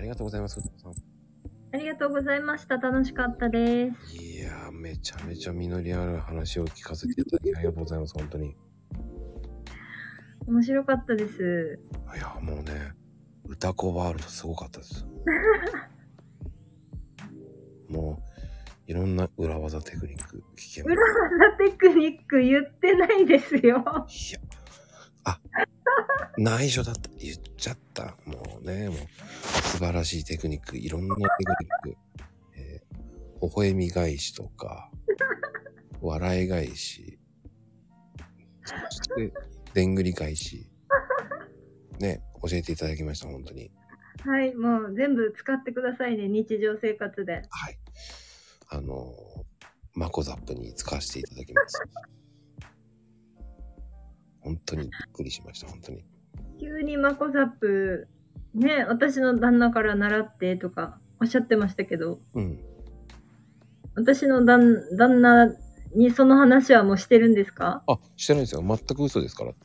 りがとうございます、ふたこさん。ありがとうございました。楽しかったです。いやー、めちゃめちゃ実りある話を聞かせていただきありがとうございます、本当に。い面白かったです。やー、もうね、歌子ワールドすごかったです。もう、いろんな裏技テクニック聞けま裏技テクニック言ってないですよ。 す。いや、あ、内緒だった。言っちゃった。もうね、もう、素晴らしいテクニック、いろんなテクニック。えー、微笑み返しとか、笑い返し、そして、でんぐり返し。ね、教えていただきました、本当に。はい、もう全部使ってくださいね、日常生活で。はい。あのー、マコザップに使わせていただきます。本当にびっくりしました、本当に。急にマコザップ、ね、私の旦那から習ってとかおっしゃってましたけど、うん。私の旦旦那にその話はもうしてるんですかあ、してないですよ。全く嘘ですから。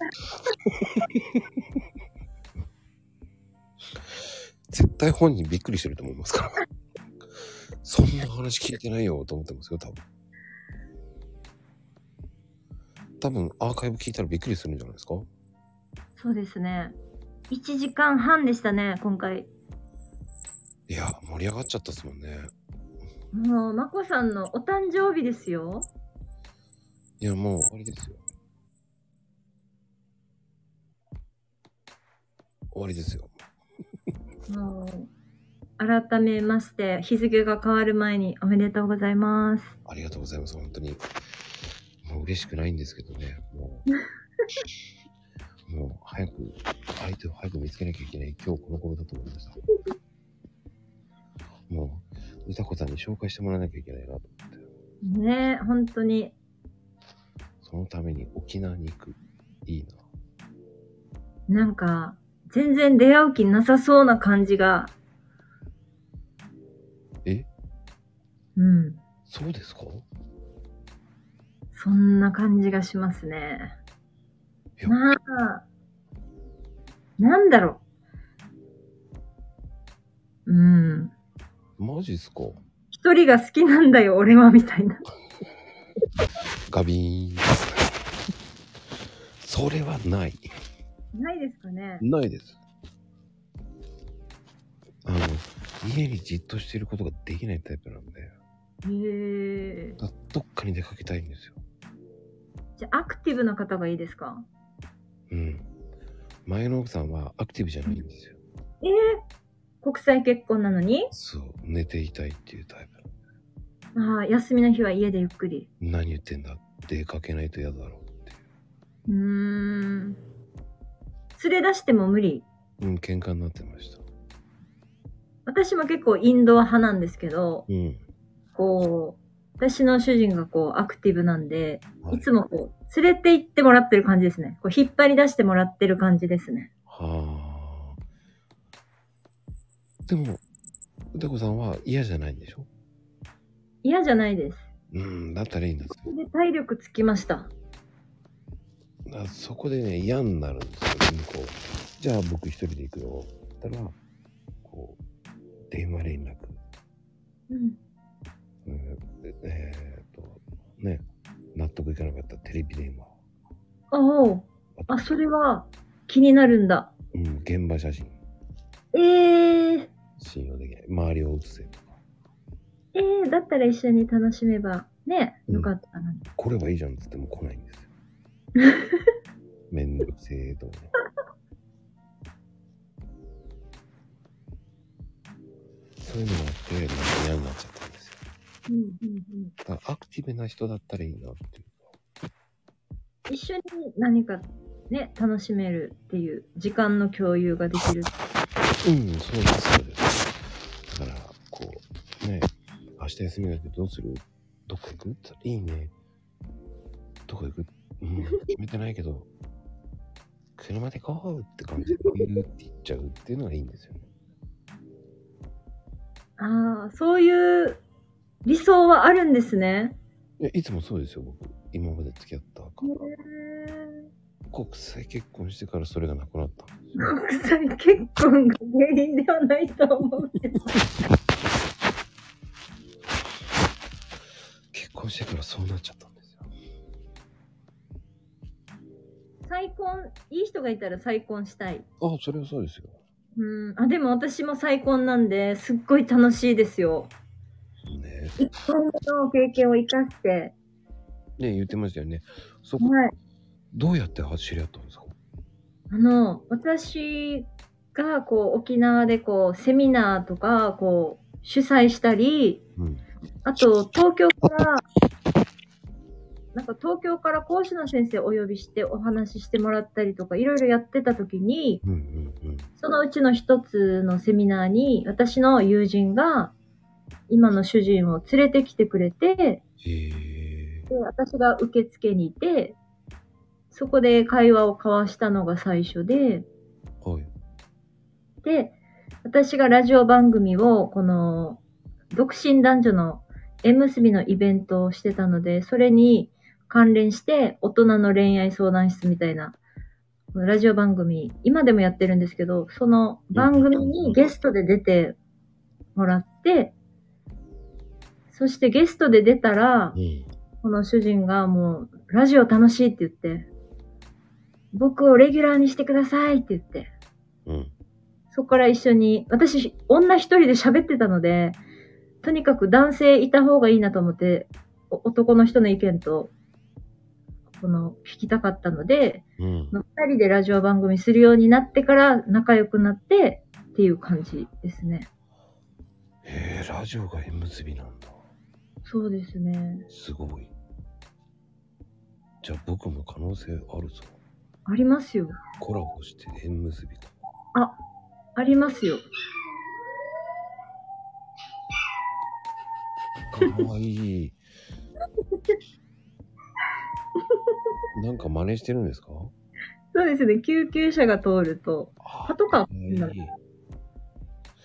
絶対本人びっくりしてると思いますから。そんな話聞いてないよと思ってますよ、多分。多分アーカイブ聞いたらびっくりするんじゃないですかそうですね。1時間半でしたね、今回。いや、盛り上がっちゃったっすもんね。もう、マコさんのお誕生日ですよ。いや、もう終わりですよ。終わりですよ。もう、改めまして、日付が変わる前におめでとうございます。ありがとうございます、本当に。もう嬉しくないんですけどね、もう。もう早く、相手を早く見つけなきゃいけない今日この頃だと思いました。もう、歌子さんに紹介してもらわなきゃいけないなと思って。ねえ、本当に。そのために沖縄に行く。いいな。なんか、全然出会う気なさそうな感じが。えうん。そうですかそんな感じがしますね。いやまあ、なんだろう。うん。マジっすか一人が好きなんだよ、俺は、みたいな。ガビーン。 それはない。ないですかね。ないです。あの、家にじっとしてることができないタイプなんで、へえ。だどっかに出かけたいんですよ。じゃあ、アクティブな方がいいですかうん。前の奥さんはアクティブじゃないんですよ。ええ国際結婚なのにそう、寝ていたいっていうタイプ。ああ、休みの日は家でゆっくり。何言ってんだ出かけないと嫌だろうっていうーん。連れ出しても無理。う。うん、喧嘩になってました。私も結構インドア派なんですけど、うん。こう、私の主人がこうアクティブなんで、はいつもこう、連れて行ってもらってる感じですね。こう引っ張り出してもらってる感じですね。はあ。でも、歌子さんは嫌じゃないんでしょ嫌じゃないです。うん、だったらいいんですよ。で、体力つきました。あそこでね、嫌になるんですよ、向こう。じゃあ僕一人で行くよ。だったら、こう、電話連絡。うん。うん、えーっと、ね、納得いかなかったらテレビ電話。あおあ、それは気になるんだ。うん、現場写真。ええー、信用できない。周りを写せとか。ええー、だったら一緒に楽しめば、ね、うんよかったな。来ればいいじゃんって言っても来ないんですよ。めんどくせえと思うね。そういうのがあって、なんか嫌になっちゃったんですよ。うんうんうんだからアクティブな人だったらいいなっていうか。一緒に何かね、楽しめるっていう、時間の共有ができうる。ん、そうです、そうです。だから、こう、ね、明日休みだけどどうするどっか行くって言ったらいいね。どこ行くうん、決めてないけど、車で行こうって感じで、いるって言っちゃうっていうのがいいんですよね。ああ、そういう理想はあるんですね。いやいつもそうですよ、僕。今まで付き合ったかへら。ー国際結婚してからそれがなくなった。国際結婚が原因ではないと思う。結婚してからそうなっちゃったんですよ。再婚、いい人がいたら再婚したい。ああ、それはそうですよ。うん。あ、でも私も再婚なんで、すっごい楽しいですよ。ね一本目の経験を生かして。ね言ってましたよね。そこ、はい。どうやって知り合ったんですかあの、私が、こう、沖縄で、こう、セミナーとか、こう、主催したり、うん。あと、東京から、なんか東京から講師の先生をお呼びしてお話ししてもらったりとか、いろいろやってた時に、うんうんうん。そのうちの一つのセミナーに、私の友人が、今の主人を連れてきてくれて、へえ。で、私が受付にいて、そこで会話を交わしたのが最初で、はい。で、私がラジオ番組を、この、独身男女の縁結びのイベントをしてたので、それに関連して、大人の恋愛相談室みたいな、このラジオ番組、今でもやってるんですけど、その番組にゲストで出てもらって、そしてゲストで出たらう、ん。この主人がもう、ラジオ楽しいって言って、僕をレギュラーにしてくださいって言って、うん。そこから一緒に、私、女一人で喋ってたので、とにかく男性いた方がいいなと思って、お男の人の意見と、この、聞きたかったので、うん二。人でラジオ番組するようになってから仲良くなってっていう感じですね。へえ、ラジオが縁結びなんだ。そうですね。すごい。じゃあ僕も可能性あるぞ。ありますよ。コラボして縁結びか。ありますよ。かわいい。 なんか真似してるんですかそうですね。救急車が通ると、あパトカいーなんか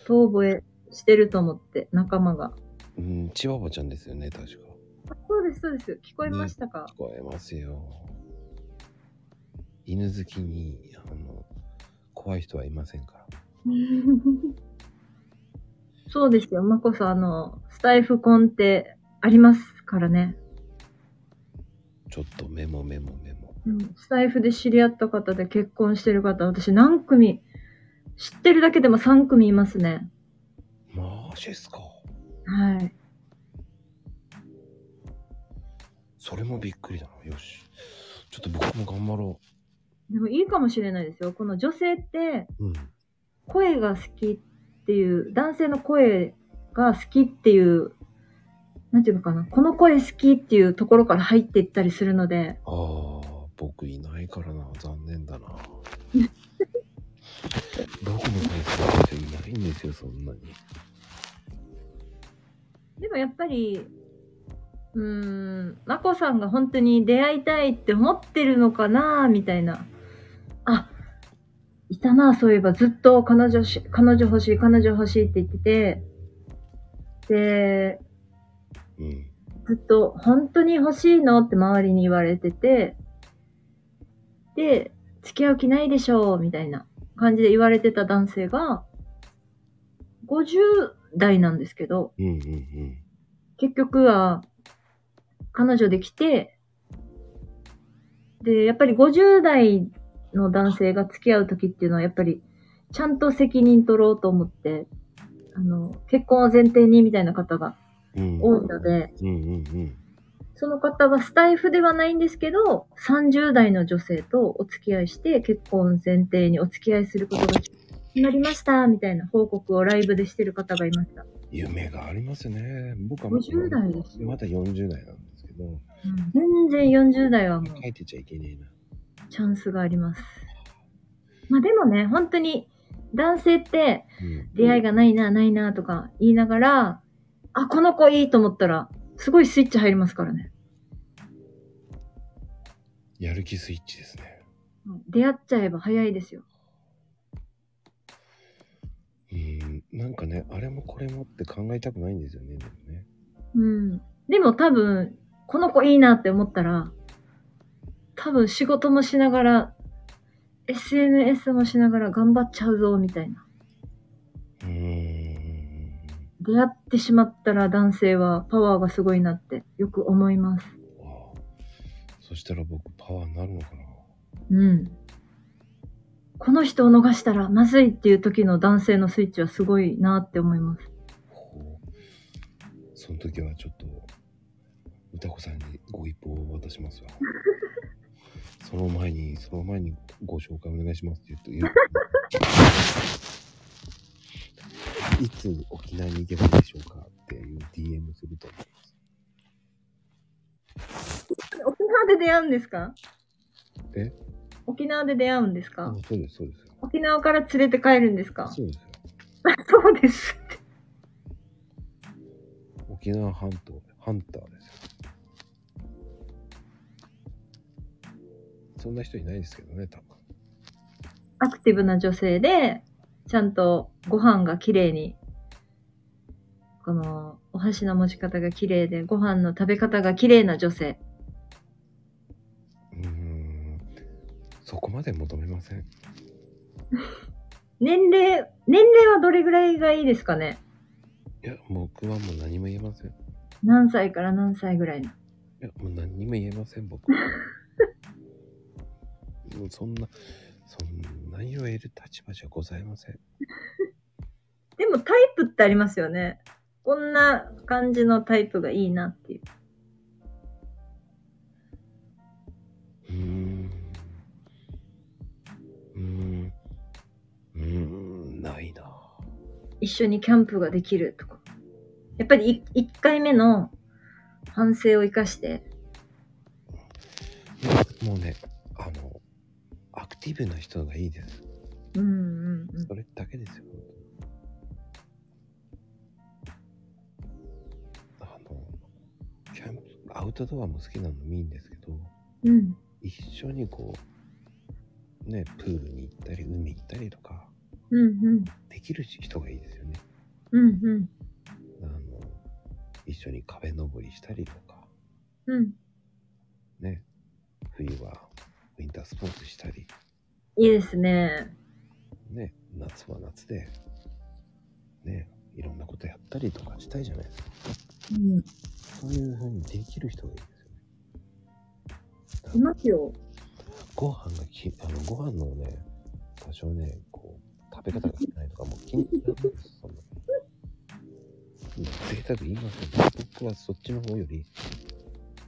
遠吠えしてると思って、仲間が。うん、チワワちゃんですよね、確か。あそうです、そうです。聞こえましたか、聞こえますよ。犬好きに、あの、怖い人はいませんから。 そうですよ。まこさん、あの、スタイフコンってありますからね。ちょっとメモメモメモ。うんスタイフで知り合った方で結婚してる方、私何組、知ってるだけでも3組いますね。マジっすかはい。それもびっくりだな。よし。ちょっと僕も頑張ろでもいいかもしれないですよ。この女性ってう。うん。声が好きっていう、男性の声が好きっていう、なんていうのかな。この声好きっていうところから入っていったりするので、ああ、僕いないからな。残念だな。 僕の声好きな人いないんですよ、そんなに。でもやっぱり、うーん、まこさんが本当に出会いたいって思ってるのかなみたいな。あ、いたなそういえばずっと彼女し、彼女欲しい、彼女欲しいって言ってて、で、うん。ずっと本当に欲しいのって周りに言われてて、で、付き合う気ないでしょうみたいな感じで言われてた男性が、50代なんですけど、うんうんうん。結局は、彼女できて、で、やっぱり50代の男性が付き合う時っていうのは、やっぱり、ちゃんと責任取ろうと思って、あの、結婚を前提にみたいな方がうん、多いので、うんうんその方はスタイフではないんですけど、30代の女性とお付き合いして、結婚前提にお付き合いすることが決まりました、みたいな報告をライブでしてる方がいました。夢がありますね。僕はまだ50代ですよ。まだ40代なんですけど、うん全然40代はもう書いてちゃいけねえな。チャンスがあります。まあでもね、本当に男性ってうん、出会いがないな、ないなとか言いながら、あ、この子いいと思ったら、すごいスイッチ入りますからね。やる気スイッチですね。出会っちゃえば早いですよ。うん、なんかね、あれもこれもって考えたくないんですよね、でもね。うん。でも多分、この子いいなって思ったら、多分仕事もしながら SNS もしながら頑張っちゃうぞ、みたいな。うーん。出会ってしまったら男性はパワーがすごいなってよく思います。わあそしたら僕パワーになるのかなうん。この人を逃したらまずいっていう時の男性のスイッチはすごいなって思います。こうその時はちょっと歌子さんにご一報を渡します わその前にその前にご紹介お願いしますって言う と言ういつ沖縄に行けばいいでしょうかっていう DM すると思います沖縄で出会うんですかえ沖縄で出会うんですか、あそうですそうですよ沖縄から連れて帰るんですかそうですよそうですって。沖縄半島ハンターですよそんな人いないですけどね多分アクティブな女性で、ちゃんとご飯が綺麗に、この、お箸の持ち方が綺麗で、ご飯の食べ方が綺麗な女性。うーんそこまで求めません年齢、年齢はどれぐらいがいいですかねいや、僕はもう何も言えません。い何歳から何歳ぐらいの。や、もう何も言えません、僕。もうそんな、そんなに言える立場じゃございません。でもタイプってありますよね。こんな感じのタイプがいいなっていう。うーん。うーん。うーん、ないな。一緒にキャンプができるとか。やっぱりい一回目の反省を生かして、いやもうね、あの、アクティブな人がいいです。うんうんうんそ。れだけですよ。あの、キャンプ、アウトドアも好きなのもいいんですけど、うん。一緒にこうねプールに行ったり海行ったりとかうんうん。できる人がいいですよねうんうん。あの一緒に壁登りしたりとかうん。ね冬はウィンタースポーツしたりいいですね。ね夏は夏でねいろんなことやったりとかしたいじゃないですかうん。そういうふうにできる人がいいですよいねますよ。ご飯がきあのご飯のね多少ねこう食べ方が汚いとかもう気にしないですそんな贅沢言いません僕はそっちの方より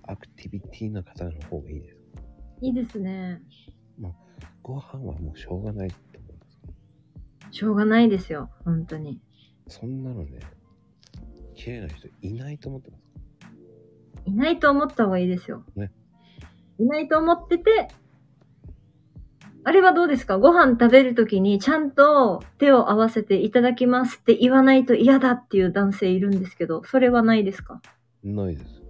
アクティビティな方の方がいいですいいですね。ご飯はもうしょうがないって思いましょうがないですよ。本当に。すそんなのね綺麗な人いないと思ってますいないと思った方がいいですよ。ねいないと思ってて、あれはどうですかご飯食べるときにちゃんと手を合わせていただきますって言わないと嫌だっていう男性いるんですけど、それはないですかないです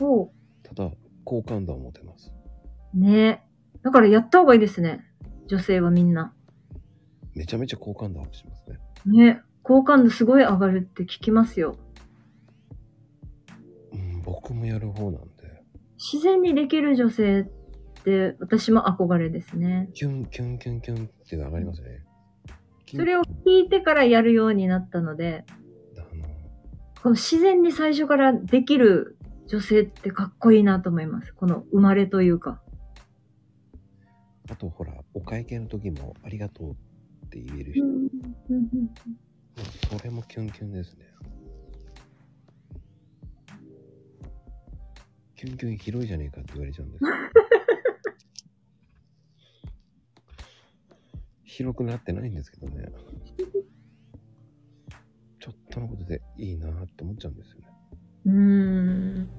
おただ好感度は持てますねえ。だからやった方がいいですね。女性はみんな。めちゃめちゃ好感度アップしますねね好感度すごい上がるって聞きますよ。うん僕もやる方なんで自然にできる女性って私も憧れですね。キュンキュンキュンキュンって上がりますね。それを聞いてからやるようになったので、あの、この自然に最初からできる女性ってかっこいいなと思います。この生まれというか。あとほら、お会計の時もありがとうって言える人、それもキュンキュンですね。キュンキュン広いじゃねえかって言われちゃうん ですよ広くなってないんですけどね。ちょっとのことでいいなって思っちゃうんですよね。うーん。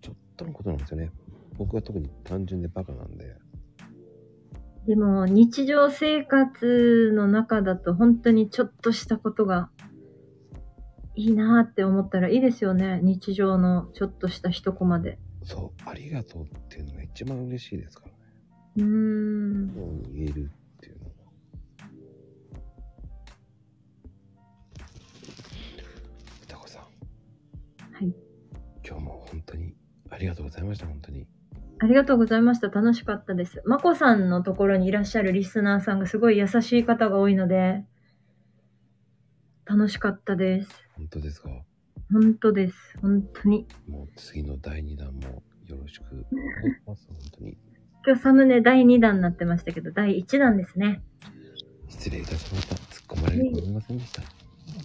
ちょっとのことなんですよね。僕は特に単純でバカなんで。でも日常生活の中だと本当にちょっとしたことがいいなって思ったらいいですよね。日常のちょっとした一コマで。そう、ありがとうっていうのが一番嬉しいですからね。うーん。もう言えるっていうのが。歌子さん、はい。今日も本当にありがとうございました、本当に。ありがとうございました。楽しかったです。まこさんのところにいらっしゃるリスナーさんがすごい優しい方が多いので、楽しかったです。本当ですか本当です。本当に。もう次の第2弾もよろしくお願いします。本当に。今日サムネ第2弾になってましたけど、第1弾ですね。失礼いたしました。突っ込まれると思いませんでした。い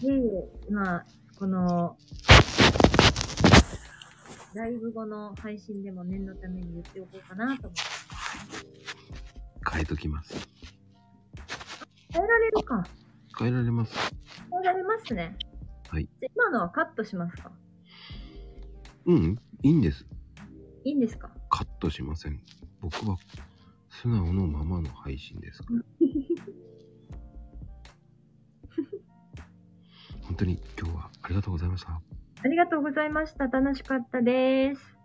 えいえ、まあ、この、ライブ後の配信でも念のために言っておこうかなと思って。変えときます。変えられるか。変えられます。変えられますね。はいじゃ。今のはカットしますかうん、いいんです。いいんですかカットしません。僕は素直のままの配信ですから。本当に今日はありがとうございました。ありがとうございました。楽しかったです。